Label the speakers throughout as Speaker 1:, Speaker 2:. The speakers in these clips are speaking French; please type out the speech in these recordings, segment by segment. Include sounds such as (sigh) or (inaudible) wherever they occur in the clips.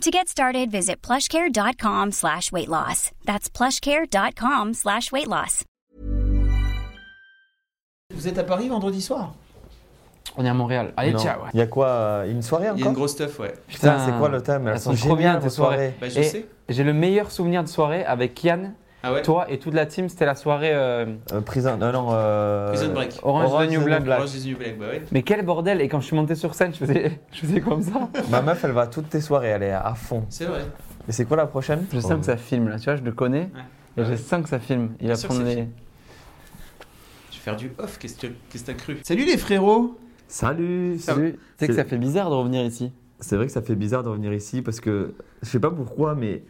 Speaker 1: To get started, visit plushcare.com slash weight loss. That's plushcare.com slash weight loss.
Speaker 2: Vous êtes à Paris vendredi soir
Speaker 3: On est à Montréal. Allez,
Speaker 4: Non.
Speaker 3: ciao. ouais.
Speaker 4: Il y a quoi euh, Une soirée
Speaker 2: Il y a
Speaker 4: encore
Speaker 2: une grosse stuff, ouais.
Speaker 4: Putain, c'est quoi le thème Elles
Speaker 3: elles
Speaker 4: sont
Speaker 3: sont trop bien,
Speaker 4: géniales
Speaker 3: tes
Speaker 4: vos soirées.
Speaker 2: Bah, je
Speaker 3: Et-
Speaker 2: sais.
Speaker 3: J'ai le meilleur souvenir de soirée avec Yann,
Speaker 2: Ah ouais
Speaker 3: toi et toute la team. C'était la soirée. euh,
Speaker 4: Euh, prison, non, non, euh,
Speaker 2: Prison Break.
Speaker 3: Orange is the
Speaker 4: Orange
Speaker 3: New
Speaker 4: is the
Speaker 3: Black.
Speaker 2: Orange is the New Black, bah ouais.
Speaker 3: Mais quel bordel Et quand je suis monté sur scène, je faisais, (laughs) je faisais comme ça.
Speaker 4: Ma meuf, elle va à toutes tes soirées, elle est à fond.
Speaker 2: C'est vrai.
Speaker 4: Et c'est quoi la prochaine
Speaker 3: Je sens que ça filme là, tu vois, je le connais.
Speaker 2: Ouais.
Speaker 3: Et je sens que ça filme. Il
Speaker 2: Bien
Speaker 3: va
Speaker 2: sûr
Speaker 3: prendre
Speaker 2: que c'est
Speaker 3: les.
Speaker 2: Je vais faire du off, qu'est-ce que qu'est-ce que t'as cru Salut les frérots
Speaker 4: Salut
Speaker 2: Ça va.
Speaker 3: Tu sais que ça fait bizarre de revenir ici.
Speaker 4: C'est vrai que ça fait bizarre de revenir ici parce que je sais pas pourquoi, mais.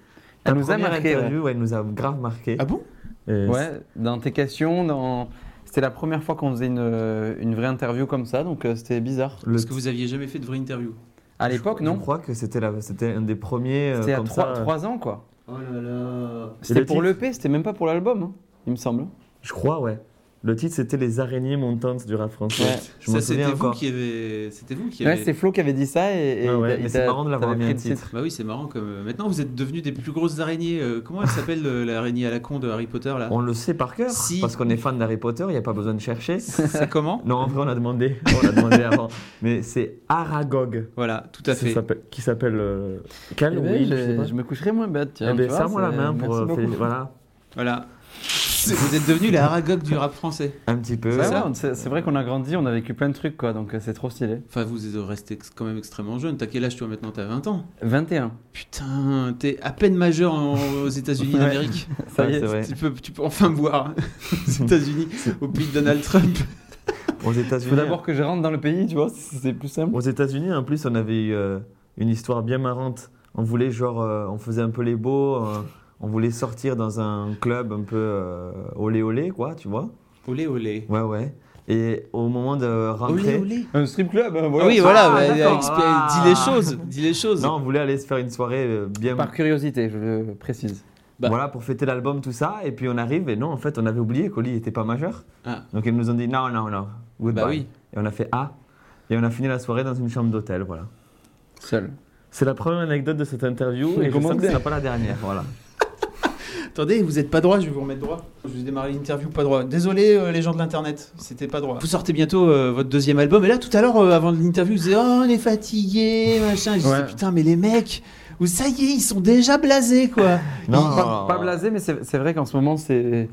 Speaker 3: Elle
Speaker 4: ta
Speaker 3: nous a
Speaker 4: première
Speaker 3: marqué,
Speaker 4: interview, ouais, elle nous a grave marqué.
Speaker 2: Ah bon
Speaker 4: Et
Speaker 3: Ouais, dans tes questions, dans. C'était la première fois qu'on faisait une, euh, une vraie interview comme ça, donc euh, c'était bizarre.
Speaker 4: le-
Speaker 2: Parce que vous aviez jamais fait de vraie interview.
Speaker 3: À l'époque,
Speaker 4: Je
Speaker 3: non.
Speaker 4: crois que c'était la- c'était un des premiers. euh,
Speaker 3: C'était à
Speaker 4: comme
Speaker 3: 3,
Speaker 4: ça.
Speaker 3: ans, quoi.
Speaker 2: Oh là là
Speaker 3: C'était
Speaker 4: le
Speaker 3: pour
Speaker 4: titre
Speaker 3: l'EP, c'était même pas pour l'album, hein, il me semble.
Speaker 4: Je crois, ouais. Le titre, c'était Les araignées montantes du rap français.
Speaker 3: Ouais.
Speaker 4: Je m'en
Speaker 2: Ça, c'était
Speaker 4: souviens
Speaker 2: vous
Speaker 4: encore.
Speaker 2: qui avez. C'était vous qui
Speaker 3: Ouais,
Speaker 2: avez.
Speaker 3: c'est Flo qui avait dit ça et, et
Speaker 4: Ouais, ouais,
Speaker 3: il- il
Speaker 4: mais c'est
Speaker 3: t'a-
Speaker 4: marrant de l'avoir
Speaker 3: t'avais
Speaker 4: mis
Speaker 3: pris
Speaker 4: un
Speaker 3: le
Speaker 4: titre.
Speaker 2: Bah oui, c'est marrant. Comme... Maintenant, vous êtes devenus des plus grosses araignées. Euh, comment elle s'appelle, euh, l'araignée à la con de Harry Potter, là
Speaker 4: On le sait par cœur,
Speaker 2: Si.
Speaker 4: parce qu'on est fan d'Harry Potter, il n'y a pas besoin
Speaker 3: (laughs)
Speaker 4: de chercher.
Speaker 2: (laughs) C'est comment
Speaker 4: non, en vrai, on a demandé, on a demandé avant. Mais c'est Aragog
Speaker 2: Voilà, tout à
Speaker 4: ça
Speaker 2: fait.
Speaker 4: s'appelle- qui s'appelle. euh, Cal
Speaker 3: Eh
Speaker 4: ou
Speaker 3: ben,
Speaker 4: Will,
Speaker 3: je,
Speaker 4: je sais pas.
Speaker 3: je me coucherai moins bête,
Speaker 4: Eh
Speaker 3: tiens.
Speaker 4: ben,
Speaker 3: tu vois,
Speaker 4: serre-moi la
Speaker 3: c'est-
Speaker 4: main pour.
Speaker 3: merci
Speaker 4: euh,
Speaker 3: beaucoup.
Speaker 4: faire- voilà,
Speaker 2: Voilà. Vous êtes devenus la Aragog du rap français.
Speaker 4: un petit peu.
Speaker 3: Ouais, ouais,
Speaker 2: ça.
Speaker 3: on- C'est c'est vrai qu'on a grandi, on a vécu plein de trucs, quoi, donc euh, c'est trop stylé.
Speaker 2: Enfin, vous restez ex- quand même extrêmement jeune. T'as quel âge, toi, maintenant T'as 20 ans
Speaker 3: 21,
Speaker 2: Putain, t'es à peine majeur en- aux États-Unis
Speaker 3: Ouais.
Speaker 2: d'Amérique.
Speaker 3: ça
Speaker 4: Ouais,
Speaker 3: y est.
Speaker 4: c'est vrai.
Speaker 2: Tu peux, tu peux enfin boire hein, aux États-Unis, au pays de Donald Trump.
Speaker 4: Aux
Speaker 3: Il faut
Speaker 4: États-Unis.
Speaker 3: d'abord que je rentre dans le pays, tu vois, c'est c'est plus simple.
Speaker 4: Aux États-Unis, en plus, on avait eu euh, une histoire bien marrante. On voulait, genre, euh, on faisait un peu les beaux. euh, on voulait sortir dans un club un peu euh, olé olé, quoi, tu vois.
Speaker 2: Olé, olé.
Speaker 4: Ouais, ouais. Et au moment de
Speaker 2: Olé,
Speaker 4: rentrer.
Speaker 2: olé.
Speaker 3: Un strip club, hein,
Speaker 2: Ah
Speaker 3: voilà.
Speaker 2: oui, voilà, bah,
Speaker 4: d'accord.
Speaker 2: expé-
Speaker 4: Ah.
Speaker 2: dis les choses, dis les choses.
Speaker 4: Non, on voulait aller se faire une soirée euh, bien.
Speaker 3: Par curiosité, je le précise.
Speaker 2: Bah.
Speaker 4: Voilà, pour fêter l'album, tout ça. Et puis on arrive, et non, en fait, on avait oublié qu'Oli n'était pas majeur.
Speaker 2: Ah.
Speaker 4: Donc ils nous ont dit non, non, non. Goodbye.
Speaker 2: Bah oui.
Speaker 4: Et on a fait ah. Et on a fini la soirée dans une chambre d'hôtel, voilà.
Speaker 3: Seul.
Speaker 4: C'est la première anecdote de cette interview,
Speaker 3: Mais
Speaker 4: et je
Speaker 3: comment
Speaker 4: sens que ce
Speaker 3: dire
Speaker 4: sera pas la dernière, voilà.
Speaker 2: Attendez, vous êtes pas droit, je vais vous remettre droit. Je vais démarrer l'interview pas droit. Désolé euh, les gens de l'internet, c'était pas droit. Vous sortez bientôt euh, votre deuxième album et là tout à l'heure euh, avant l'interview, vous disiez "Oh, on est fatigué, machin." Je
Speaker 3: Ouais.
Speaker 2: disais "Putain, mais les mecs, vous ça y est, ils sont déjà blasés quoi."
Speaker 4: (laughs) Non.
Speaker 3: Pas, pas blasé, mais c'est c'est vrai qu'en ce moment, c'est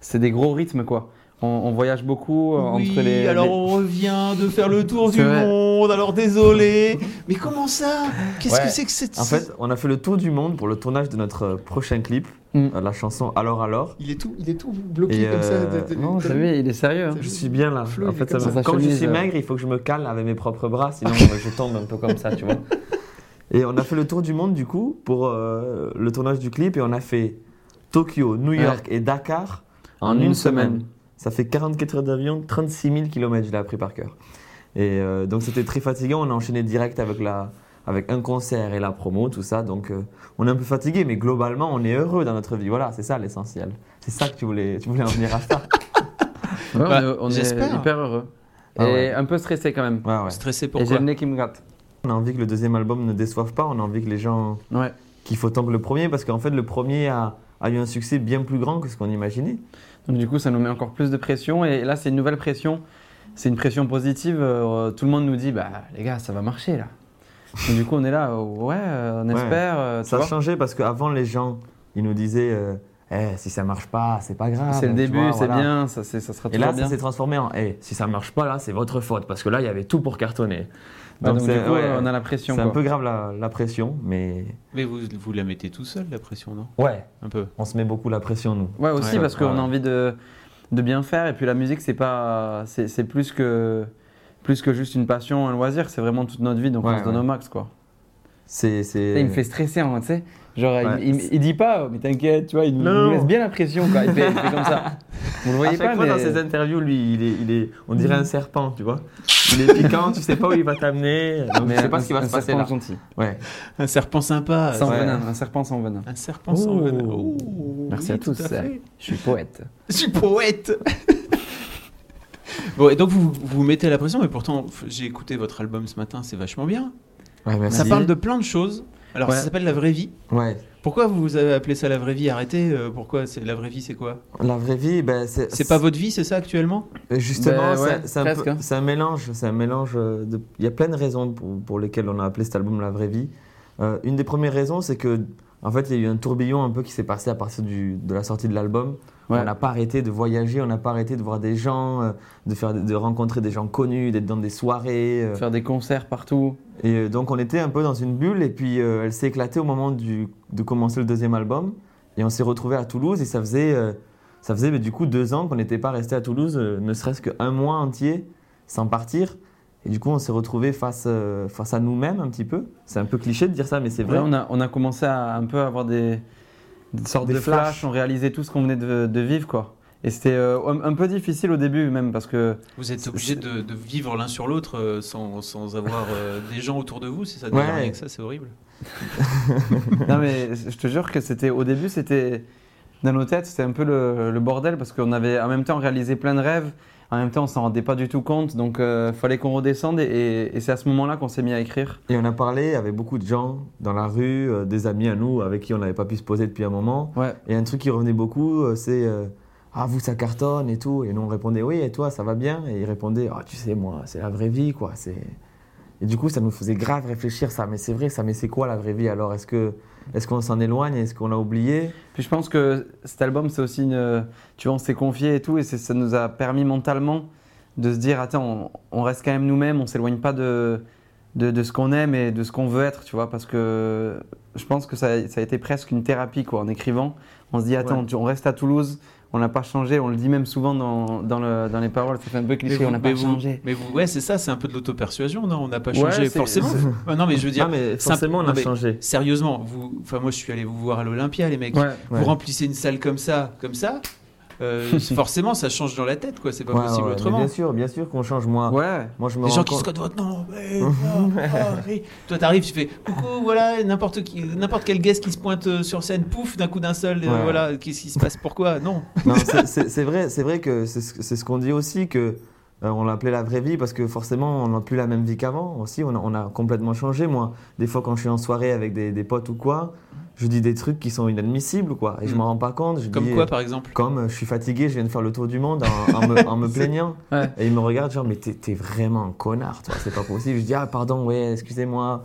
Speaker 3: c'est des gros rythmes, quoi. On, on voyage beaucoup euh,
Speaker 2: oui,
Speaker 3: entre les.
Speaker 2: alors
Speaker 3: les-
Speaker 2: on revient de faire le tour
Speaker 3: C'est
Speaker 2: du
Speaker 3: vrai.
Speaker 2: monde, alors désolé. mais comment ça Qu'est-ce
Speaker 4: Ouais.
Speaker 2: que c'est que cette
Speaker 4: En fait, on a fait le tour du monde pour le tournage de notre euh, prochain clip,
Speaker 3: Mm.
Speaker 4: euh, la chanson Alors Alors.
Speaker 2: il est tout il est tout bloqué
Speaker 4: Et,
Speaker 2: comme ça.
Speaker 4: euh,
Speaker 2: de- de-
Speaker 3: Non,
Speaker 2: de-
Speaker 3: t'as vu, il est sérieux. hein.
Speaker 4: Je suis bien là.
Speaker 2: Flo,
Speaker 4: en
Speaker 2: il est
Speaker 4: fait,
Speaker 2: comme
Speaker 4: ça me-
Speaker 3: ça. Sa
Speaker 4: Quand je
Speaker 3: chemise,
Speaker 4: suis
Speaker 3: euh.
Speaker 4: maigre, il faut que je me cale avec mes propres
Speaker 3: (laughs)
Speaker 4: bras, sinon euh, je tombe un peu comme ça, tu vois. Et on a fait le tour du monde du coup pour euh, le tournage du clip et on a fait Tokyo, New York et Dakar en une semaine. Ça fait 44 heures d'avion, 36 000 km, je l'ai appris par cœur. Et euh, donc c'était très fatigant, on a enchaîné direct avec, la, avec un concert et la promo, tout ça. Donc euh, on est un peu fatigué, mais globalement on est heureux dans notre vie. Voilà, c'est ça l'essentiel. C'est ça que tu voulais, tu voulais en venir à (laughs) ça.
Speaker 3: Ouais, on
Speaker 2: Bah,
Speaker 3: est- on est,
Speaker 2: j'espère.
Speaker 3: hyper heureux.
Speaker 4: Ah
Speaker 3: et
Speaker 4: ouais.
Speaker 3: un peu stressé quand même.
Speaker 4: Ouais, ouais.
Speaker 2: Stressé
Speaker 3: et j'ai
Speaker 2: pourquoi
Speaker 3: le nez qui me gratte.
Speaker 4: On a envie que le deuxième album ne déçoive pas, on a envie que les gens
Speaker 3: Ouais.
Speaker 4: qu'il faut tant que le premier, parce qu'en fait le premier a, a eu un succès bien plus grand que ce qu'on imaginait.
Speaker 3: Donc du coup, ça nous met encore plus de pression. Et là, c'est une nouvelle pression. C'est une pression positive. Euh, tout le monde nous dit, bah les gars, ça va marcher là. Et du coup, on est là, euh, ouais, euh, on
Speaker 4: Ouais.
Speaker 3: espère. euh, tu
Speaker 4: Ça a
Speaker 3: vois.
Speaker 4: changé parce qu'avant les gens, ils nous disaient euh, Eh, si ça marche pas, c'est pas grave.
Speaker 3: c'est le
Speaker 4: Ah, tu
Speaker 3: début,
Speaker 4: vois,
Speaker 3: c'est
Speaker 4: voilà.
Speaker 3: bien, ça, c'est- ça sera
Speaker 4: Et
Speaker 3: toujours
Speaker 4: là,
Speaker 3: bien.
Speaker 4: ça s'est transformé en Eh, si ça marche pas là, c'est votre faute parce que là, il y avait tout pour cartonner.
Speaker 3: Ouais, donc,
Speaker 4: c'est-
Speaker 3: du coup,
Speaker 4: ouais,
Speaker 3: euh, on a la pression.
Speaker 4: c'est un
Speaker 3: quoi.
Speaker 4: peu grave la, la pression, mais
Speaker 2: Mais vous vous la mettez tout seul la pression, non
Speaker 4: ouais,
Speaker 2: Un peu.
Speaker 4: on se met beaucoup la pression nous.
Speaker 3: Ouais, aussi
Speaker 2: Ouais,
Speaker 3: parce
Speaker 4: ouais,
Speaker 3: qu'on
Speaker 4: ouais.
Speaker 3: a envie de, de bien faire. Et puis la musique, c'est pas, c'est c'est plus que plus que juste une passion, un loisir. C'est vraiment toute notre vie. Donc
Speaker 4: Ouais,
Speaker 3: on se donne
Speaker 4: ouais.
Speaker 3: au max, quoi.
Speaker 4: C'est c'est.
Speaker 3: Et il me fait stresser, en mode, tu sais. Genre, il-
Speaker 4: Euh, Ouais.
Speaker 3: il, il dit pas, oh, mais t'inquiète, tu vois, il nous,
Speaker 4: Non,
Speaker 3: il nous
Speaker 4: non.
Speaker 3: laisse bien la pression, quoi. Il fait, il fait comme
Speaker 4: (laughs)
Speaker 3: ça. Vous le
Speaker 4: À
Speaker 3: voyez
Speaker 4: chaque
Speaker 3: pas,
Speaker 4: fois
Speaker 3: mais.
Speaker 4: dans ses interviews, lui, il est, il est, on dirait un serpent, tu vois. Il
Speaker 3: (laughs)
Speaker 4: est piquant, tu sais pas où il va t'amener, donc
Speaker 3: mais
Speaker 4: tu sais
Speaker 3: un-
Speaker 4: pas ce qui
Speaker 3: un
Speaker 4: va se passer
Speaker 3: serpent
Speaker 4: là.
Speaker 3: gentil.
Speaker 4: Ouais.
Speaker 2: Un serpent sympa.
Speaker 3: Sans
Speaker 4: ouais.
Speaker 3: venin, un serpent sans venin.
Speaker 2: Un serpent sans
Speaker 3: Ouh.
Speaker 2: venin. Ouh,
Speaker 3: Merci
Speaker 2: oui,
Speaker 3: à tous.
Speaker 2: fait.
Speaker 3: Je suis poète.
Speaker 2: Je suis
Speaker 3: (laughs)
Speaker 2: poète. bon, et donc vous vous vous mettez à la pression, mais pourtant f- j'ai écouté votre album ce matin, c'est vachement bien.
Speaker 4: Ouais, merci.
Speaker 2: Ça parle de plein de choses. Alors
Speaker 4: Ouais.
Speaker 2: ça s'appelle la vraie vie.
Speaker 4: Ouais.
Speaker 2: Pourquoi vous avez appelé ça la vraie vie Arrêtez. euh, pourquoi c'est la vraie vie C'est quoi
Speaker 4: La vraie vie, ben, c'est.
Speaker 2: C'est pas votre vie, c'est ça actuellement
Speaker 4: Justement,
Speaker 3: Ben ouais,
Speaker 4: c'est- c'est un peu-
Speaker 3: presque, hein.
Speaker 4: c'est un, mélange. C'est un mélange. euh, de- Il y a plein de raisons pour, pour lesquelles on a appelé cet album La Vraie Vie. Euh, une des premières raisons, c'est que en fait, il y a eu un tourbillon un peu qui s'est passé à partir du- de la sortie de l'album.
Speaker 3: Ouais.
Speaker 4: On n'a pas arrêté de voyager, on n'a pas arrêté de voir des gens, euh, de, faire, de rencontrer des gens connus, d'être dans des soirées. euh,
Speaker 3: Faire des concerts partout.
Speaker 4: Et euh, donc on était un peu dans une bulle et puis euh, elle s'est éclatée au moment du- de commencer le deuxième album. Et on s'est retrouvés à Toulouse et ça faisait, euh, ça faisait mais du coup deux ans qu'on n'était pas resté à Toulouse, euh, ne serait-ce qu'un mois entier sans partir. Et du coup on s'est retrouvés face, euh, face à nous-mêmes un petit peu. C'est un peu cliché de dire ça mais c'est vrai.
Speaker 3: Là, on a, on a commencé à un peu avoir des, des sortes
Speaker 4: Des
Speaker 3: de flashs.
Speaker 4: flashs.
Speaker 3: On réalisait tout ce qu'on venait de, de vivre, quoi. Et c'était euh, un, un peu difficile au début, même, parce que.
Speaker 2: Vous êtes obligé de, de vivre l'un sur l'autre euh, sans, sans avoir (laughs) euh, des gens autour de vous, c'est ça déjà,
Speaker 4: Ouais.
Speaker 2: rien que ça, c'est horrible.
Speaker 3: non, mais je te jure que c'était. Au début, c'était. Dans nos têtes, c'était un peu le, le bordel, parce qu'on avait en même temps réalisé plein de rêves. En même temps, on s'en rendait pas du tout compte, donc euh, fallait qu'on redescende. Et, et- et c'est à ce moment-là qu'on s'est mis à écrire.
Speaker 4: Et on a parlé avec beaucoup de gens dans la rue, euh, des amis à nous avec qui on n'avait pas pu se poser depuis un moment.
Speaker 3: Ouais.
Speaker 4: Et un truc qui revenait beaucoup, euh, c'est euh, Ah, vous, ça cartonne et tout. Et nous, on répondait Oui, et toi, ça va bien Et ils répondaient Ah, tu sais, moi, c'est la vraie vie, quoi. C'est... Et du coup, ça nous faisait grave réfléchir, ça. Mais c'est vrai, ça, mais c'est quoi la vraie vie alors est-ce, que, est-ce qu'on s'en éloigne Est-ce qu'on l'a oublié
Speaker 3: Puis je pense que cet album, c'est aussi une. Tu vois, on s'est confié et tout, et c'est- ça nous a permis mentalement de se dire attends, on, on reste quand même nous-mêmes, on s'éloigne pas de, de, de ce qu'on aime et de ce qu'on veut être, tu vois, parce que je pense que ça, ça a été presque une thérapie, quoi, en écrivant. On se dit attends,
Speaker 4: Ouais.
Speaker 3: tu- on reste à Toulouse, on n'a pas changé, on le dit même souvent dans, dans, le- dans les paroles, c'est un peu cliché,
Speaker 2: vous-
Speaker 3: on n'a pas
Speaker 2: vous-
Speaker 3: changé.
Speaker 2: mais vous- ouais, c'est ça, c'est un peu de l'auto-persuasion, non On n'a pas
Speaker 3: Ouais,
Speaker 2: changé,
Speaker 3: c'est-
Speaker 2: forcément. Ah, non, mais je veux dire,
Speaker 4: Non, mais
Speaker 2: simple-
Speaker 4: forcément, on
Speaker 2: non,
Speaker 4: a
Speaker 2: mais
Speaker 4: changé.
Speaker 2: sérieusement, vous, enfin, moi je suis allé vous voir à l'Olympia, les mecs.
Speaker 3: Ouais.
Speaker 2: Vous
Speaker 4: Ouais.
Speaker 2: remplissez une salle comme ça, comme ça,
Speaker 3: (laughs)
Speaker 2: euh, forcément ça change dans la tête, quoi, c'est pas
Speaker 4: Ouais,
Speaker 2: possible
Speaker 4: ouais, mais
Speaker 2: autrement.
Speaker 4: Bien sûr, bien sûr qu'on change. Moi,
Speaker 3: Ouais.
Speaker 4: moi je me
Speaker 2: Les
Speaker 4: rends
Speaker 2: gens qui se codent
Speaker 4: compte-
Speaker 2: votre
Speaker 4: (laughs)
Speaker 2: nom. mais, oh, oh, oui. Toi, t'arrives, tu fais coucou, voilà, n'importe qui, n'importe quel guest qui se pointe euh, sur scène, pouf, d'un coup d'un seul, euh,
Speaker 4: Ouais.
Speaker 2: voilà, qu'est-ce qui se passe, pourquoi Non.
Speaker 4: Non, c'est- c'est c'est vrai, c'est vrai que c'est ce c'est ce qu'on dit aussi que euh, on l'appelait la vraie vie parce que forcément on n'a plus la même vie qu'avant aussi. On a, on a complètement changé. Moi, des fois quand je suis en soirée avec des, des potes ou quoi, je dis des trucs qui sont inadmissibles quoi, et je
Speaker 2: Mm.
Speaker 4: m'en rends pas compte. Je
Speaker 2: Comme
Speaker 4: dis,
Speaker 2: quoi,
Speaker 4: euh,
Speaker 2: par exemple
Speaker 4: Comme euh, je suis fatigué, je viens de faire le tour du monde en, en me,
Speaker 2: (laughs)
Speaker 4: en me plaignant.
Speaker 3: Ouais.
Speaker 4: Et ils me regardent genre mais t'es t'es vraiment un connard, toi. C'est pas possible. Je dis ah pardon, ouais, excusez-moi.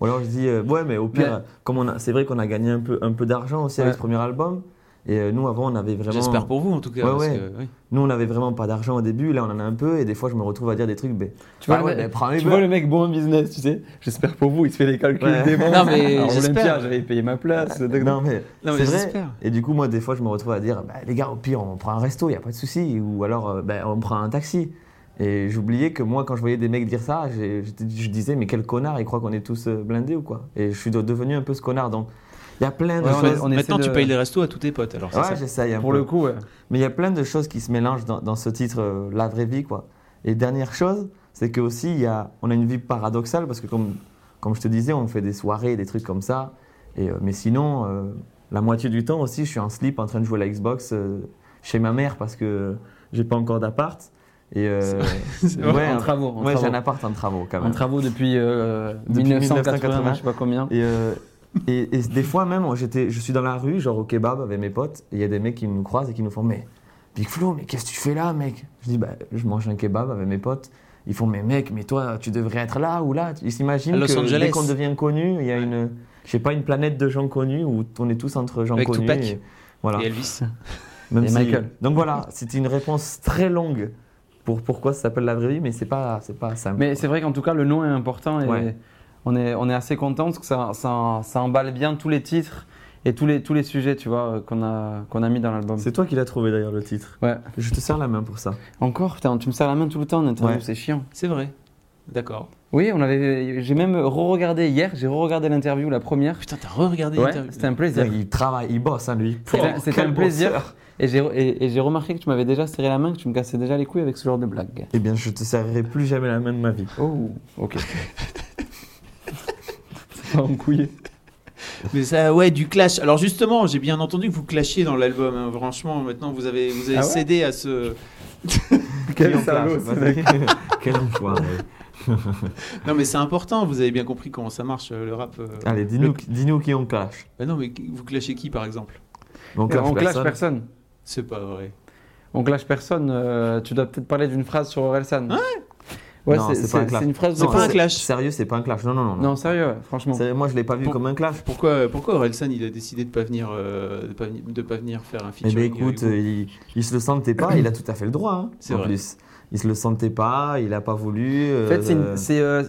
Speaker 4: Ou alors je dis euh, ouais mais au pire,
Speaker 3: Mais-
Speaker 4: euh, comme on a- c'est vrai qu'on a gagné un peu un peu d'argent aussi avec
Speaker 3: Ouais.
Speaker 4: ce premier album. Et euh, nous avant on avait vraiment.
Speaker 2: J'espère pour vous en tout cas.
Speaker 4: Ouais,
Speaker 2: parce
Speaker 4: ouais.
Speaker 2: que, oui.
Speaker 4: Nous, on n'avait vraiment pas d'argent au début, là on en a un peu, et des fois je me retrouve à dire des trucs. Ben,
Speaker 3: Tu vois,
Speaker 4: ah
Speaker 3: le
Speaker 4: ouais,
Speaker 3: mec-
Speaker 4: ben, prends les
Speaker 3: tu vois le mec bon en business, tu sais. J'espère pour vous, il se fait les calculs
Speaker 4: Ouais.
Speaker 3: des bons.
Speaker 2: Non, mais
Speaker 3: Alors,
Speaker 2: j'espère.
Speaker 3: Olympia, j'avais payé ma place. donc-
Speaker 4: Non, mais,
Speaker 2: Non, mais
Speaker 4: c'est vrai.
Speaker 2: j'espère.
Speaker 4: Et du coup, moi, des fois, je me retrouve à dire bah, les gars, au pire, on prend un resto, il a pas de souci, ou alors euh, ben, on prend un taxi. Et j'oubliais que moi, quand je voyais des mecs dire ça, j'ai- j'étais- je disais mais quel connard, ils croient qu'on est tous euh, blindés ou quoi. Et je suis de- devenu un peu ce connard, donc il y a plein de
Speaker 3: Ouais, on est-
Speaker 4: choses.
Speaker 3: on essaie
Speaker 2: Maintenant, tu
Speaker 3: de-
Speaker 2: payes les restos à tous tes potes. Alors, c'est ça.
Speaker 4: Ouais, j'essaye un
Speaker 3: Pour
Speaker 4: peu.
Speaker 3: le coup, ouais.
Speaker 4: Mais il y a plein de choses qui se mélangent dans, dans ce titre, euh, la vraie vie, quoi. Et dernière chose, c'est que aussi, il y a, on a une vie paradoxale parce que comme, comme je te disais, on fait des soirées, des trucs comme ça. Et, euh, mais sinon, euh, la moitié du temps aussi, je suis en slip en train de jouer à la Xbox euh, chez ma mère parce que euh, j'ai pas encore d'appart. Et euh,
Speaker 2: C'est vrai.
Speaker 4: ouais,
Speaker 3: en
Speaker 4: un-
Speaker 3: travaux. En
Speaker 4: ouais, j'ai
Speaker 3: travaux.
Speaker 4: un appart en travaux quand
Speaker 3: En
Speaker 4: même.
Speaker 3: travaux depuis, euh,
Speaker 4: Depuis
Speaker 3: 1980,
Speaker 4: 1980,
Speaker 3: je sais pas combien.
Speaker 4: Et, euh, et, et des fois même, j'étais, je suis dans la rue, genre au kebab avec mes potes, et il y a des mecs qui nous croisent et qui nous font Mais Big Flo, mais qu'est-ce que tu fais là, mec Je dis Bah, je mange un kebab avec mes potes. Ils font Mais mec, mais toi, tu devrais être là ou là. Ils s'imaginent
Speaker 2: À Los
Speaker 4: que
Speaker 2: Angeles.
Speaker 4: dès qu'on devient connu, il y a une, je sais pas, une planète de gens connus où on est tous entre gens
Speaker 2: Avec
Speaker 4: connus.
Speaker 2: Tupac.
Speaker 4: et- voilà.
Speaker 2: Et Elvis.
Speaker 4: Même
Speaker 3: Et
Speaker 4: si-
Speaker 3: Michael.
Speaker 4: Donc voilà, c'était une réponse très longue pour pourquoi ça s'appelle la vraie vie, mais c'est pas, c'est pas simple.
Speaker 3: Mais c'est vrai qu'en tout cas, le nom est important et
Speaker 4: Ouais.
Speaker 3: on, est, on est assez content parce que ça, ça, ça emballe bien tous les titres et tous les, tous les sujets, tu vois, euh, qu'on a, qu'on a mis dans l'album.
Speaker 4: C'est toi qui l'as trouvé d'ailleurs le titre.
Speaker 3: Ouais.
Speaker 4: Je te sers la main pour ça.
Speaker 3: Encore, putain, tu me sers la main tout le temps en interview,
Speaker 4: Ouais.
Speaker 3: c'est chiant.
Speaker 2: C'est vrai. D'accord.
Speaker 3: Oui, on avait. J'ai même re-regardé hier. J'ai re-regardé l'interview, la première.
Speaker 2: Putain, t'as re-regardé
Speaker 3: Ouais,
Speaker 2: l'interview.
Speaker 3: c'était un plaisir.
Speaker 4: Il travaille, il bosse, hein, lui.
Speaker 3: C'était un-
Speaker 4: Pouah,
Speaker 3: C'était
Speaker 4: quel
Speaker 3: un plaisir.
Speaker 4: bosseur.
Speaker 3: Et j'ai et- et j'ai remarqué que tu m'avais déjà serré la main, que tu me cassais déjà les couilles avec ce genre de blague.
Speaker 4: Eh bien, je te servirai plus jamais la main de ma vie.
Speaker 3: Oh, ok. Ça va en couiller.
Speaker 2: Mais ça, ouais, du clash. Alors justement, j'ai bien entendu que vous clashiez dans l'album. hein. Franchement, maintenant, vous avez, vous avez
Speaker 3: Ah ouais
Speaker 2: cédé à ce.
Speaker 3: Quel
Speaker 4: Client plat,
Speaker 3: salaud,
Speaker 4: je sais
Speaker 3: ce
Speaker 4: pas. (laughs) Quel enfoiré.
Speaker 2: Non, mais c'est important. Vous avez bien compris comment ça marche euh, le rap. euh.
Speaker 4: Allez, dis-nous dis qui on clash.
Speaker 2: Bah non, mais qui- vous clashez qui par exemple
Speaker 4: On clash
Speaker 3: on clash
Speaker 4: personne.
Speaker 3: personne.
Speaker 2: C'est pas vrai.
Speaker 3: On clash personne. euh, tu dois peut-être parler d'une phrase sur Orelsan. Ouais,
Speaker 4: Non,
Speaker 3: c'est-
Speaker 4: c'est pas un
Speaker 3: c'est
Speaker 4: clash.
Speaker 3: c'est une phrase.
Speaker 2: C'est
Speaker 3: de-
Speaker 2: pas un clash.
Speaker 4: Sérieux, c'est pas un clash. Non, non, non. non.
Speaker 3: Non, sérieux, ouais, franchement.
Speaker 4: C'est- Moi, je l'ai pas vu
Speaker 2: Pour-
Speaker 4: comme un clash.
Speaker 2: Pourquoi, pourquoi Orelsan il a décidé de pas venir, euh, de, pas, veni- de pas venir faire un
Speaker 4: Eh
Speaker 2: featuring
Speaker 4: bien,
Speaker 2: avec
Speaker 4: écoute,
Speaker 2: vous
Speaker 4: euh, il, il se le sentait pas. Il a tout à fait le droit. hein,
Speaker 2: C'est
Speaker 4: en
Speaker 2: vrai.
Speaker 4: plus, il se le sentait pas. Il a pas voulu.
Speaker 3: En fait, c'est une-
Speaker 4: euh,
Speaker 3: c'est euh,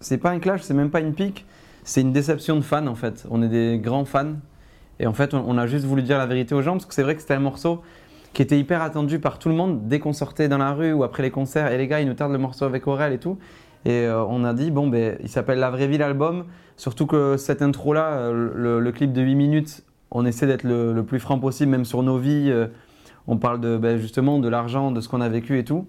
Speaker 3: c'est pas un clash, c'est même pas une pique, c'est une déception de fans en fait. On est des grands fans et en fait, on, on a juste voulu dire la vérité aux gens parce que c'est vrai que c'était un morceau qui était hyper attendu par tout le monde dès qu'on sortait dans la rue ou après les concerts. Et les gars, ils nous tardent le morceau avec Aurel et tout. Et euh, on a dit, bon, ben, il s'appelle La Vraie Vie l'album. Surtout que cette intro-là, euh, le, le clip de 8 minutes, on essaie d'être le, le plus franc possible, même sur nos vies. euh, on parle de, ben, justement de l'argent, de ce qu'on a vécu et tout.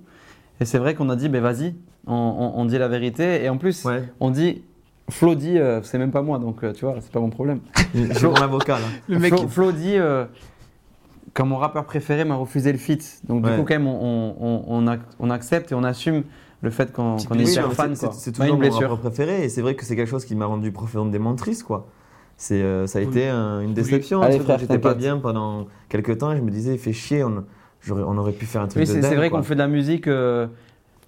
Speaker 3: Et c'est vrai qu'on a dit, ben vas-y, on, on- on dit la vérité. Et en plus,
Speaker 4: Ouais. (laughs)
Speaker 3: on dit, Flo dit, euh, c'est même pas moi, donc euh, tu vois, c'est pas mon problème.
Speaker 4: J'ai mon avocat là.
Speaker 2: Le mec,
Speaker 3: Flo, Flo dit, euh, quand mon rappeur préféré m'a refusé le feat. Donc du
Speaker 4: Ouais.
Speaker 3: coup, quand même, on, on- on- on ac- on accepte et on assume le fait qu'on
Speaker 2: Petite
Speaker 3: qu'on est
Speaker 2: blessure,
Speaker 3: hyper
Speaker 4: mais
Speaker 3: fan.
Speaker 4: c'est-
Speaker 3: quoi.
Speaker 4: c'est- C'est
Speaker 3: Pas
Speaker 4: toujours
Speaker 3: une
Speaker 4: mon
Speaker 3: blessure.
Speaker 4: rappeur préféré et c'est vrai que c'est quelque chose qui m'a rendu profondément triste quoi. C'est euh, ça a
Speaker 2: Oui.
Speaker 4: été un- une déception.
Speaker 3: Allez,
Speaker 4: un truc où
Speaker 3: frère,
Speaker 4: J'étais pas
Speaker 3: t'inquiète.
Speaker 4: bien pendant quelques temps et je me disais fait chier. On, j'aurais- on aurait pu faire un
Speaker 3: Oui,
Speaker 4: truc de
Speaker 3: c'est c'est
Speaker 4: dingue,
Speaker 3: vrai
Speaker 4: quoi.
Speaker 3: qu'on fait de la musique euh,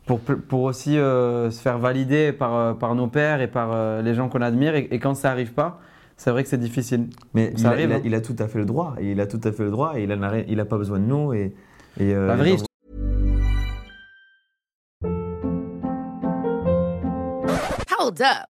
Speaker 3: pour, pl- pour aussi euh, se faire valider par, euh, par nos pères et par euh, les gens qu'on admire. Et, et quand ça arrive pas, c'est vrai que c'est difficile.
Speaker 4: Mais
Speaker 3: Ça
Speaker 4: il, a-
Speaker 3: arrive,
Speaker 4: il a,
Speaker 3: hein.
Speaker 4: il a tout à fait le droit. Et il a tout à fait le droit. Et il en a, rien- il a pas besoin de nous. Et, et, euh,
Speaker 3: La vraie
Speaker 4: les gens-
Speaker 3: histoire-
Speaker 5: Hold up.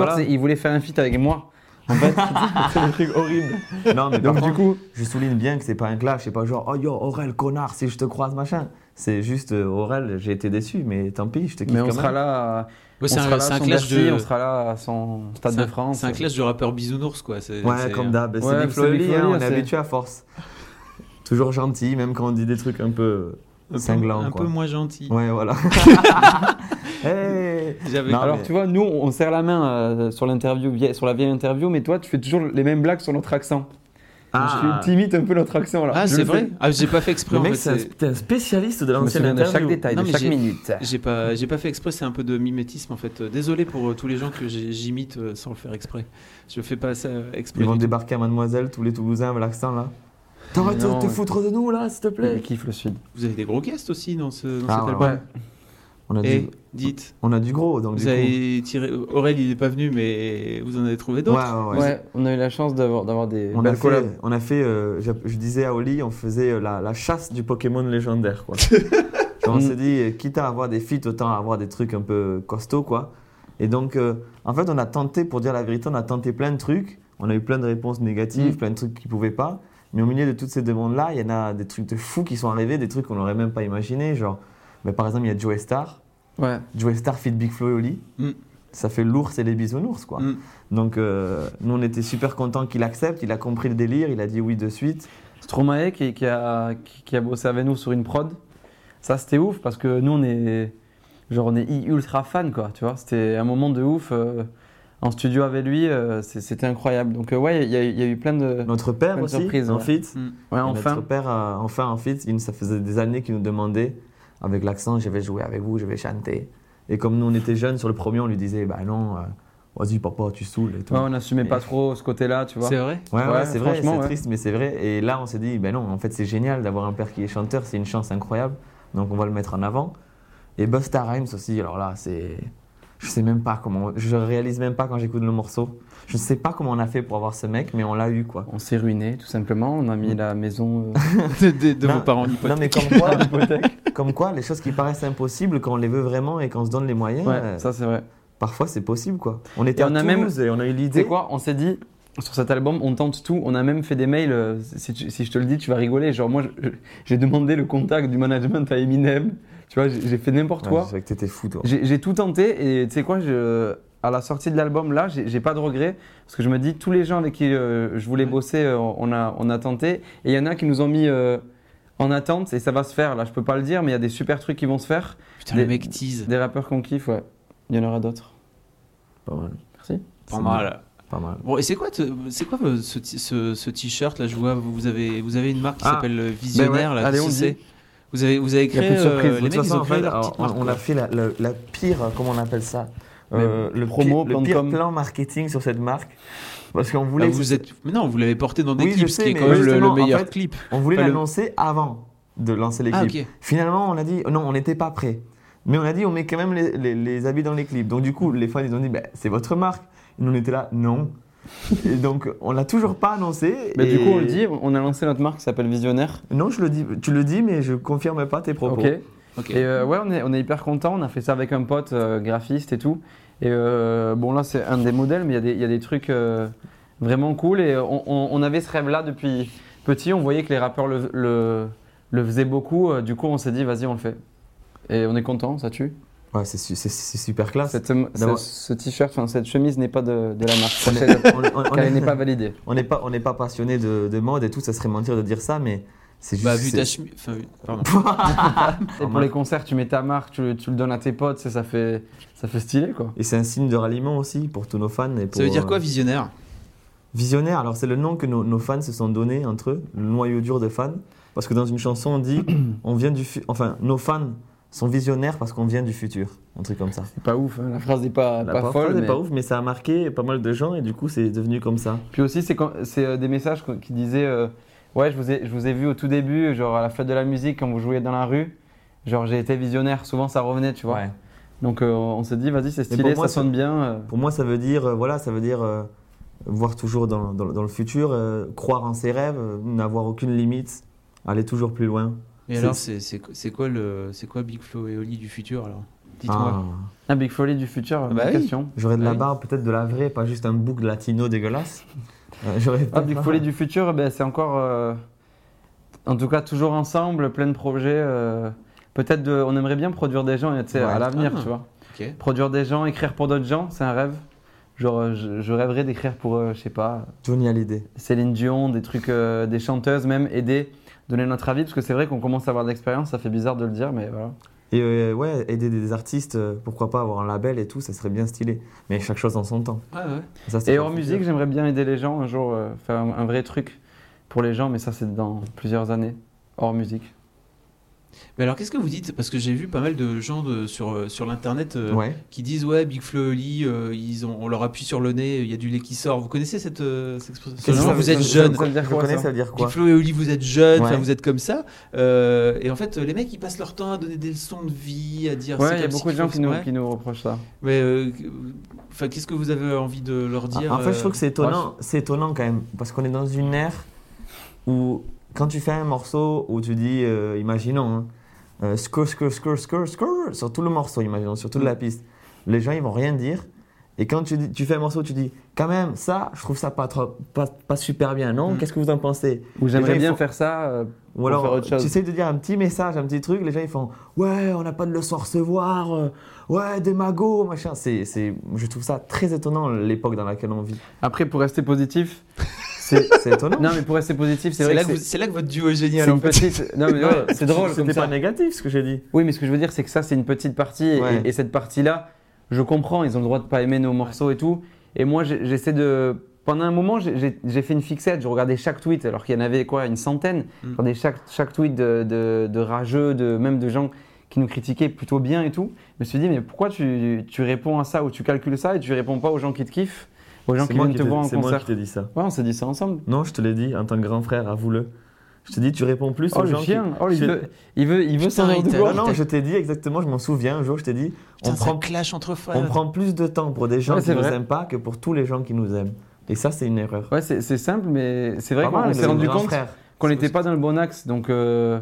Speaker 3: Encore, c'est- Il voulait faire un feat avec moi. En fait, c'est un truc horrible. (laughs)
Speaker 4: Non, mais par
Speaker 3: Donc du
Speaker 4: contre,
Speaker 3: coup,
Speaker 4: je souligne bien que c'est pas un clash. C'est pas genre oh yo Aurel connard si je te croise machin. C'est juste euh, Aurel j'ai été déçu mais tant pis je te kiffe
Speaker 3: mais on
Speaker 4: quand
Speaker 3: sera
Speaker 4: même.
Speaker 3: là. à-
Speaker 2: Ouais, c'est
Speaker 3: on
Speaker 2: un-
Speaker 3: sera là
Speaker 2: c'est
Speaker 3: à
Speaker 2: un
Speaker 3: son
Speaker 2: clash
Speaker 3: Bercy,
Speaker 2: de-
Speaker 3: On sera là à son Stade
Speaker 2: c'est un-
Speaker 3: de France.
Speaker 2: C'est un clash de rappeur bisounours quoi. C'est- hein.
Speaker 4: Ouais,
Speaker 2: c'est-
Speaker 4: comme d'hab, c'est
Speaker 3: Ouais,
Speaker 4: Big
Speaker 3: c'est
Speaker 4: Flo et
Speaker 3: Big
Speaker 4: Oli,
Speaker 3: Flo et
Speaker 4: hein,
Speaker 3: Oli,
Speaker 4: on est
Speaker 3: c'est-
Speaker 4: habitué à force. Toujours gentil, même quand on dit des trucs un peu
Speaker 2: un peu-
Speaker 4: cinglants.
Speaker 2: Un
Speaker 4: quoi.
Speaker 2: peu moins gentil.
Speaker 4: Ouais, voilà. Hey
Speaker 2: J'avais-
Speaker 4: Non,
Speaker 3: Alors
Speaker 4: mais-
Speaker 3: tu vois, nous on serre la main euh, sur l'interview, vieille- sur la vieille interview, mais toi tu fais toujours les mêmes blagues sur notre accent.
Speaker 4: Ah,
Speaker 3: Tu imites un peu notre accent là.
Speaker 2: Ah,
Speaker 3: Je
Speaker 2: c'est
Speaker 3: le
Speaker 2: vrai
Speaker 3: fais.
Speaker 2: Ah, j'ai pas fait exprès
Speaker 4: le
Speaker 2: en
Speaker 4: mec,
Speaker 2: fait,
Speaker 4: c'est un-
Speaker 2: c'est-
Speaker 4: t'es un spécialiste
Speaker 3: Je
Speaker 4: de
Speaker 3: me
Speaker 4: l'ancienne
Speaker 3: souviens de
Speaker 4: interview.
Speaker 3: chaque détail,
Speaker 2: Non,
Speaker 3: de
Speaker 2: mais
Speaker 3: chaque
Speaker 2: j'ai-
Speaker 3: minute.
Speaker 2: J'ai pas, j'ai pas fait exprès, c'est un peu de mimétisme en fait. Euh, Désolé pour euh, tous les gens que j'ai- j'imite euh, sans le faire exprès. Je fais pas ça euh, exprès.
Speaker 4: Ils vont
Speaker 2: du tout.
Speaker 4: débarquer à Mademoiselle, tous les Toulousains avec l'accent là. T'arrêtes
Speaker 3: Non,
Speaker 4: de te
Speaker 3: mais-
Speaker 4: foutre de nous là, s'il te plaît.
Speaker 3: Il kiffe le sud.
Speaker 2: Vous avez des gros guests aussi dans, ce, dans
Speaker 4: Ah,
Speaker 2: cet
Speaker 4: ouais,
Speaker 2: album.
Speaker 4: ouais. On a,
Speaker 2: Et
Speaker 4: du,
Speaker 2: dites,
Speaker 4: on a du gros,
Speaker 2: vous
Speaker 4: donc du coup.
Speaker 2: avez tiré. Aurel, il est pas venu, mais vous en avez trouvé
Speaker 4: Ouais,
Speaker 2: d'autres.
Speaker 4: ouais,
Speaker 3: Ouais,
Speaker 4: ouais.
Speaker 3: on a eu la chance d'avoir d'avoir des
Speaker 4: On a,
Speaker 3: belles
Speaker 4: fait,
Speaker 3: collabs.
Speaker 4: on a fait, euh, je, je disais à Oli, on faisait euh, la, la chasse du Pokémon légendaire. (laughs) Quoi. Et on
Speaker 3: Mm.
Speaker 4: s'est dit, euh, quitte à avoir des feats, autant avoir des trucs un peu costauds. Quoi. Et donc, euh, en fait, on a tenté, pour dire la vérité, on a tenté plein de trucs. On a eu plein de réponses négatives,
Speaker 3: Mm.
Speaker 4: plein de trucs qui ne pouvaient pas. Mais au milieu de toutes ces demandes-là, il y en a des trucs de fous qui sont arrivés, des trucs qu'on n'aurait même pas imaginé. Genre, mais par exemple, il y a Joey Star.
Speaker 3: Ouais.
Speaker 4: Joey Star feat Big Flo et Oli.
Speaker 2: Mm.
Speaker 4: Ça fait l'ours et les bisounours, quoi.
Speaker 2: Mm.
Speaker 4: Donc, euh, nous, on était super contents qu'il accepte. Il a compris le délire, il a dit oui de suite.
Speaker 3: Stromae qui, qui a, qui, qui a bossé avec nous sur une prod. Ça c'était ouf parce que nous on est genre on est i- ultra fan quoi, tu vois. C'était un moment de ouf euh, en studio avec lui, euh, c'est- c'était incroyable. Donc euh, ouais, il y, a eu- il y a eu plein de
Speaker 4: Notre père
Speaker 3: Bonne
Speaker 4: aussi,
Speaker 3: surprise,
Speaker 4: en
Speaker 3: ouais.
Speaker 4: feat.
Speaker 2: Mm.
Speaker 3: ouais,
Speaker 4: Et
Speaker 3: enfin.
Speaker 4: Notre père, euh, enfin, en feat. Il, ça faisait des années qu'il nous demandait, avec l'accent, je vais jouer avec vous, je vais chanter. Et comme nous, on était jeunes, sur le premier, on lui disait, bah non, euh, vas-y, papa, tu saoules et tout.
Speaker 3: Ouais, on n'assumait pas trop ce côté-là, tu vois.
Speaker 2: C'est vrai
Speaker 4: Ouais, ouais,
Speaker 3: Ouais,
Speaker 4: c'est vrai, c'est
Speaker 3: franchement, ouais.
Speaker 4: triste, mais c'est vrai. Et là, on s'est dit, ben non, en fait, c'est génial d'avoir un père qui est chanteur, c'est une chance incroyable. Donc, on va le mettre en avant. Et Busta Rhymes aussi, alors là, c'est. Je sais même pas comment. Je réalise même pas quand j'écoute le morceau. Je ne sais pas comment on a fait pour avoir ce mec, mais on l'a eu quoi.
Speaker 3: On s'est ruiné, tout simplement. On a mis la maison. euh,
Speaker 2: (laughs) de, de- de
Speaker 4: Non,
Speaker 2: vos parents.
Speaker 4: Non mais comme quoi, comme quoi, les choses qui paraissent impossibles quand on les veut vraiment et qu'on se donne les moyens, euh,
Speaker 3: Ouais, ça c'est vrai.
Speaker 4: parfois c'est possible quoi. On était
Speaker 3: Et
Speaker 4: à
Speaker 3: on a même-
Speaker 4: Toulouse et on a eu
Speaker 3: Tu sais
Speaker 4: l'idée.
Speaker 3: quoi On s'est dit, sur cet album, on tente tout. On a même fait des mails. euh, Si, tu- si je te le dis, tu vas rigoler. Genre, moi, je- j'ai demandé le contact du management à Eminem. Tu vois, j'ai j'ai fait n'importe
Speaker 4: Ouais,
Speaker 3: quoi.
Speaker 4: je savais que t'étais fou toi.
Speaker 3: J'ai j'ai tout tenté et tu sais quoi, je- à la sortie de l'album, là, j'ai j'ai pas de regrets parce que je me dis, tous les gens avec qui euh, je voulais bosser, euh, on, a, on a tenté et il y en a qui nous ont mis euh, en attente et ça va se faire. Là, je peux pas le dire, mais il y a des super trucs qui vont se faire.
Speaker 2: Putain, le
Speaker 3: Des-
Speaker 2: mec tease.
Speaker 3: Des rappeurs qu'on kiffe, ouais. Il y en aura d'autres.
Speaker 4: Pas mal,
Speaker 3: Merci.
Speaker 2: Pas mal.
Speaker 4: pas mal.
Speaker 2: Bon, et c'est quoi, te- c'est quoi euh, ce, ti- ce- ce t-shirt là Je vois, vous vous avez, vous avez une marque qui
Speaker 4: Ah,
Speaker 2: s'appelle euh, Visionnaire.
Speaker 3: ouais,
Speaker 2: là,
Speaker 3: allez,
Speaker 2: qu'est-ce
Speaker 3: on
Speaker 2: que
Speaker 3: dit.
Speaker 2: c'est vous avez, vous avez
Speaker 4: Il y a
Speaker 2: créé.
Speaker 4: plus de
Speaker 2: euh,
Speaker 4: surprise.
Speaker 2: les
Speaker 4: De toute
Speaker 2: mecs, ils
Speaker 4: façon,
Speaker 2: ont
Speaker 4: en
Speaker 2: créé
Speaker 4: fait,
Speaker 2: leur petite
Speaker 4: on,
Speaker 2: marque,
Speaker 4: on
Speaker 2: quoi.
Speaker 4: a fait la, le- la pire, euh, comment on appelle ça euh,
Speaker 3: Mais
Speaker 4: le,
Speaker 3: promo,
Speaker 4: pire,
Speaker 3: plan
Speaker 4: le
Speaker 3: de
Speaker 4: pire
Speaker 3: com.
Speaker 4: plan marketing sur cette marque. Parce qu'on
Speaker 2: Ah,
Speaker 4: voulait,
Speaker 2: vous êtes... Mais non, vous l'avez porté dans des
Speaker 4: Oui, je
Speaker 2: clips,
Speaker 4: sais,
Speaker 2: ce qui est
Speaker 4: mais
Speaker 2: quand même le- le,
Speaker 4: justement, en
Speaker 2: meilleur
Speaker 4: fait,
Speaker 2: clip.
Speaker 4: on voulait
Speaker 2: Enfin, le-
Speaker 4: l'annoncer avant de lancer les
Speaker 2: Ah,
Speaker 4: clips.
Speaker 2: ok.
Speaker 4: Finalement, on a dit, non, on n'était pas prêt. Mais on a dit, on met quand même les, les- les habits dans les clips. Donc du coup, les fans, ils ont dit, bah, c'est votre marque. Et nous, on était là,
Speaker 2: (laughs)
Speaker 4: non. Et donc, on l'a toujours pas annoncé.
Speaker 2: Bah,
Speaker 3: Mais du
Speaker 4: et-
Speaker 3: coup, on le dit, on a lancé notre marque qui s'appelle Visionnaire.
Speaker 4: Non, je le dis, tu le dis, mais je confirme pas tes propos.
Speaker 3: Ok.
Speaker 2: Ok.
Speaker 3: Et euh, ouais, on est, on est hyper content. On a fait ça avec un pote euh, graphiste et tout. Et euh, bon, là, c'est un des modèles, mais il y a des- il y, a des trucs euh, vraiment cool. Et on, on- on avait ce rêve-là depuis petit. On voyait que les rappeurs le, le- le faisaient beaucoup. Euh, Du coup, on s'est dit, vas-y, on le fait. Et on est content, ça tue.
Speaker 4: Ouais, c'est su- c'est- c'est super classe.
Speaker 3: Cette- ce-
Speaker 4: D'avoir-
Speaker 3: ce t-shirt, enfin, cette chemise n'est pas de, de la marque.
Speaker 4: On
Speaker 3: Sachez-le,
Speaker 4: est- on- on- on
Speaker 3: car elle
Speaker 4: est-
Speaker 3: n'est (laughs) pas validée.
Speaker 4: On n'est pas, on n'est pas passionné de, de mode et tout, ça serait mentir de dire ça, mais c'est juste.
Speaker 2: Bah, vu
Speaker 4: c'est-
Speaker 2: ta chemise. Enfin, oui, pardon.
Speaker 3: Et pour les concerts, tu mets ta marque, tu, le- tu le donnes à tes potes, ça, ça fait, ça fait stylé, quoi.
Speaker 4: Et c'est un signe de ralliement aussi pour tous nos fans. Et pour,
Speaker 2: Ça veut dire quoi,
Speaker 4: euh,
Speaker 2: visionnaire
Speaker 4: Visionnaire, alors c'est le nom que nos, nos fans se sont donné entre eux, le noyau dur de fans. Parce que dans une chanson,
Speaker 2: (coughs)
Speaker 4: on dit, on vient du fu- enfin, nos fans sont visionnaires parce qu'on vient du futur, un truc comme ça.
Speaker 3: C'est pas ouf, hein. la phrase n'est
Speaker 2: Bah,
Speaker 3: pas,
Speaker 4: La
Speaker 3: pas
Speaker 4: parole,
Speaker 3: folle.
Speaker 4: c'est
Speaker 3: mais-
Speaker 4: pas ouf, mais ça a marqué pas mal de gens et du coup, c'est devenu comme ça.
Speaker 3: Puis aussi, c'est quand- c'est euh, des messages qu'on- qui disaient euh, Ouais, je vous, ai, je vous ai vu au tout début, genre à la fête de la musique, quand vous jouiez dans la rue. Genre, j'ai été visionnaire, souvent ça revenait, tu vois. Donc, euh, on s'est dit, vas-y, c'est
Speaker 4: pour
Speaker 3: stylé,
Speaker 4: moi,
Speaker 3: ça sonne bien. euh.
Speaker 4: Pour moi, ça veut dire, euh, voilà, ça veut dire euh, voir toujours dans, dans- dans le futur, euh, croire en ses rêves, euh, n'avoir aucune limite, aller toujours plus loin.
Speaker 2: Et
Speaker 4: C'est-
Speaker 2: alors, c'est c'est- c'est quoi, le... c'est quoi Big Flo et Oli du futur alors Dites-moi.
Speaker 4: Ah,
Speaker 3: Un Big Folie du futur, euh,
Speaker 2: bah
Speaker 3: bonne
Speaker 2: oui.
Speaker 3: question.
Speaker 4: J'aurais de la
Speaker 2: Ah oui.
Speaker 4: barbe, peut-être de la vraie, pas juste un bouc latino dégueulasse. Euh, J'aurais
Speaker 3: Ah,
Speaker 4: peut-être-
Speaker 3: Big Folie du futur, ben, c'est encore. euh, en tout cas, toujours ensemble, plein de projets. euh, Peut-être de- on aimerait bien produire des gens tu sais, à
Speaker 4: Ouais.
Speaker 3: l'avenir,
Speaker 2: Ah.
Speaker 3: tu vois.
Speaker 2: Ok.
Speaker 3: Produire des gens, écrire pour d'autres gens, c'est un rêve. Genre, euh, je, je rêverais d'écrire pour, euh, je sais pas,
Speaker 4: Johnny Hallyday.
Speaker 3: Céline Dion, des trucs, euh, des chanteuses même, aider, donner notre avis, parce que c'est vrai qu'on commence à avoir de l'expérience, ça fait bizarre de le dire, mais voilà.
Speaker 4: Et euh, ouais, aider des artistes, euh, pourquoi pas avoir un label et tout, ça serait bien stylé. Mais chaque chose en son temps.
Speaker 2: Ouais, ouais.
Speaker 4: Ça, c'est
Speaker 3: Et
Speaker 4: pas
Speaker 3: hors
Speaker 4: le
Speaker 3: musique,
Speaker 4: futur.
Speaker 3: j'aimerais bien aider les gens un jour, euh, faire un, un vrai truc pour les gens, mais ça c'est dans plusieurs années, hors musique.
Speaker 2: Mais alors, qu'est-ce que vous dites Parce que j'ai vu pas mal de gens de- sur, euh, sur l'internet euh,
Speaker 4: Ouais.
Speaker 2: qui disent Ouais, Big Flo et Oli, euh, ils ont... on leur appuie sur le nez, il y a du lait qui sort. Vous connaissez cette, euh, cette expression
Speaker 4: Qu'est-ce que
Speaker 2: Genre,
Speaker 4: ça veut-
Speaker 2: Vous
Speaker 4: ça-
Speaker 2: êtes
Speaker 4: ça-
Speaker 2: jeune.
Speaker 3: Ça veut dire
Speaker 4: Je
Speaker 3: quoi,
Speaker 4: connais,
Speaker 3: ça
Speaker 4: ça veut dire
Speaker 2: Big
Speaker 4: quoi
Speaker 2: Flo et Oli, vous êtes jeunes, enfin,
Speaker 4: Ouais.
Speaker 2: vous êtes comme ça. Euh, et en fait, les mecs, ils passent leur temps à donner des leçons de vie, à dire. c'est
Speaker 3: Ouais, il y a
Speaker 2: comme si
Speaker 3: beaucoup de
Speaker 2: qu'il
Speaker 3: gens
Speaker 2: faut-
Speaker 3: qui nous,
Speaker 2: ouais.
Speaker 3: qui nous reprochent ça.
Speaker 2: Mais euh, enfin, qu'est-ce que vous avez envie de leur dire euh,
Speaker 4: Ah, En fait, je trouve que c'est
Speaker 3: moi,
Speaker 4: étonnant, c'est étonnant quand même, parce qu'on est dans une ère où quand tu fais un morceau où tu dis, euh, imaginons, hein, euh, skrr, skrr, skrr, skrr, skrr, sur tout le morceau, imaginons, sur
Speaker 3: Mm.
Speaker 4: toute la piste, les gens ils vont rien dire. Et quand tu, dis- tu fais un morceau, tu dis, quand même, ça, je trouve ça pas, trop, pas, pas super bien, non
Speaker 2: Mm.
Speaker 4: Qu'est-ce que vous en pensez
Speaker 3: Ou j'aimerais
Speaker 4: gens, ils
Speaker 3: bien
Speaker 4: font-
Speaker 3: faire ça. euh,
Speaker 4: Ou
Speaker 3: Pour faire
Speaker 4: alors,
Speaker 3: autre chose.
Speaker 4: tu essaies de dire un petit message, un petit truc, les gens ils font, ouais, on n'a pas de leçon à recevoir, euh, ouais, des magots, machin. C'est, c'est, je trouve ça très étonnant l'époque dans laquelle on vit.
Speaker 3: Après, pour rester positif,
Speaker 4: C'est c'est étonnant.
Speaker 3: non mais pour rester positif, c'est
Speaker 2: C'est
Speaker 3: vrai
Speaker 2: là,
Speaker 3: que
Speaker 2: que vous-
Speaker 3: c'est-
Speaker 2: c'est là que votre duo est
Speaker 3: c'est
Speaker 2: génial. en
Speaker 3: une
Speaker 2: fait.
Speaker 3: petite. Non mais ouais, c'est drôle
Speaker 4: C'était
Speaker 3: comme
Speaker 4: pas
Speaker 3: ça.
Speaker 4: négatif ce que j'ai dit.
Speaker 3: Oui, mais ce que je veux dire, c'est que ça, c'est une petite partie. et-
Speaker 4: Ouais.
Speaker 3: Et, et cette partie-là, je comprends, ils ont le droit de pas aimer nos morceaux et tout. Et moi, j'ai- j'essaie de. Pendant un moment, j'ai- j'ai j'ai fait une fixette. Je regardais chaque tweet, alors qu'il y en avait quoi, une centaine.
Speaker 4: Mm.
Speaker 3: Je regardais chaque, chaque tweet de, de- de rageux, de, même de gens qui nous critiquaient plutôt bien et tout. Je me suis dit, mais pourquoi tu, tu réponds à ça ou tu calcules ça et tu réponds pas aux gens qui te kiffent, aux gens
Speaker 4: C'est
Speaker 3: qui
Speaker 4: moi
Speaker 3: viennent
Speaker 4: qui
Speaker 3: te
Speaker 4: te-
Speaker 3: voir en
Speaker 4: c'est moi
Speaker 3: concert
Speaker 4: qui t'ai dit ça.
Speaker 3: Ouais, on s'est dit ça ensemble.
Speaker 4: Non, je te l'ai dit en tant que grand frère, avoue-le. Je te dis, tu réponds plus
Speaker 3: Oh
Speaker 4: aux
Speaker 3: le
Speaker 4: gens. qui-
Speaker 3: chien, oh, il
Speaker 4: je-
Speaker 3: veut, il veut, il veut
Speaker 2: Putain,
Speaker 3: son heure
Speaker 2: il
Speaker 3: de
Speaker 2: t'a-
Speaker 4: Non,
Speaker 3: gloire.
Speaker 2: il
Speaker 4: non,
Speaker 2: t'a-
Speaker 4: je t'ai dit exactement, je m'en souviens un jour, je t'ai dit, on
Speaker 2: Putain, ça
Speaker 4: prend,
Speaker 2: clash entre
Speaker 4: on
Speaker 2: fans.
Speaker 4: prend plus de temps pour des gens
Speaker 3: Ouais,
Speaker 4: qui
Speaker 3: c'est
Speaker 4: nous
Speaker 3: vrai.
Speaker 4: aiment pas que pour tous les gens qui nous aiment. Et ça, c'est une erreur.
Speaker 3: Ouais, c'est c'est simple, mais c'est vrai
Speaker 4: Vraiment,
Speaker 3: qu'on
Speaker 4: on
Speaker 3: s'est
Speaker 4: est
Speaker 3: rendu
Speaker 4: grands
Speaker 3: compte
Speaker 4: frères.
Speaker 3: qu'on n'était pas dans le bon axe. Donc, euh,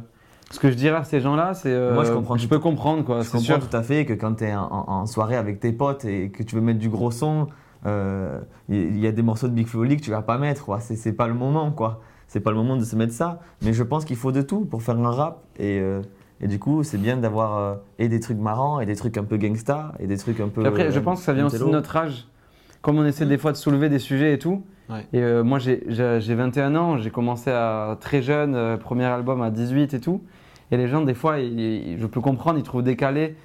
Speaker 3: ce que je dirais à ces gens-là, c'est. euh,
Speaker 4: Moi, je comprends
Speaker 3: Je
Speaker 4: tout.
Speaker 3: peux comprendre, quoi.
Speaker 4: Je
Speaker 3: C'est
Speaker 4: comprends
Speaker 3: sûr.
Speaker 4: tout Euh, à fait que quand tu es en, en- en soirée avec tes potes et que tu veux mettre du gros son, euh, il y, a des morceaux de Big Flow League que tu vas pas mettre. quoi. C'est c'est pas le moment, quoi. C'est pas le moment de se mettre ça. Mais je pense qu'il faut de tout pour faire un rap. Et, euh, et du coup, c'est bien d'avoir euh, et des trucs marrants, et des trucs un peu gangsta, et des trucs un peu.
Speaker 3: Puis après, je
Speaker 4: euh,
Speaker 3: pense que ça vient aussi de
Speaker 4: intello.
Speaker 3: notre âge. Comme on essaie des fois de soulever des sujets et tout.
Speaker 2: Ouais.
Speaker 3: Et euh, moi, j'ai- j'ai j'ai 21 ans, j'ai commencé à très jeune, euh, premier album à 18 et tout. Et les gens, des fois, ils- ils- je peux comprendre, ils trouvent décalé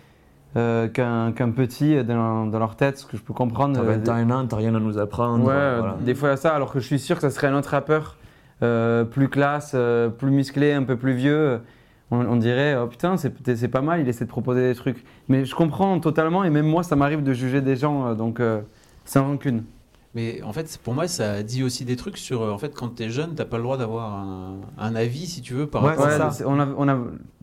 Speaker 3: euh, qu'un qu'un petit euh, dans, dans leur tête, ce que je peux comprendre.
Speaker 4: T'as
Speaker 3: euh,
Speaker 4: 21 ans, t'as rien à nous apprendre.
Speaker 3: Ouais, euh,
Speaker 4: voilà.
Speaker 3: des fois ça, alors que je suis sûr que ça serait un autre rappeur euh, plus classe, euh, plus musclé, un peu plus vieux. On, on dirait, oh putain, c'est peut-être- c'est pas mal, il essaie de proposer des trucs. Mais je comprends totalement, et même moi, ça m'arrive de juger des gens, euh, donc euh, sans rancune.
Speaker 2: Mais en fait, pour moi, ça dit aussi des trucs sur. euh, En fait, quand t'es jeune, t'as pas le droit d'avoir un, un avis, si tu veux, par
Speaker 4: Ouais,
Speaker 2: rapport
Speaker 4: c'est
Speaker 3: Ouais,
Speaker 4: ça.
Speaker 3: c'est- on a, on a,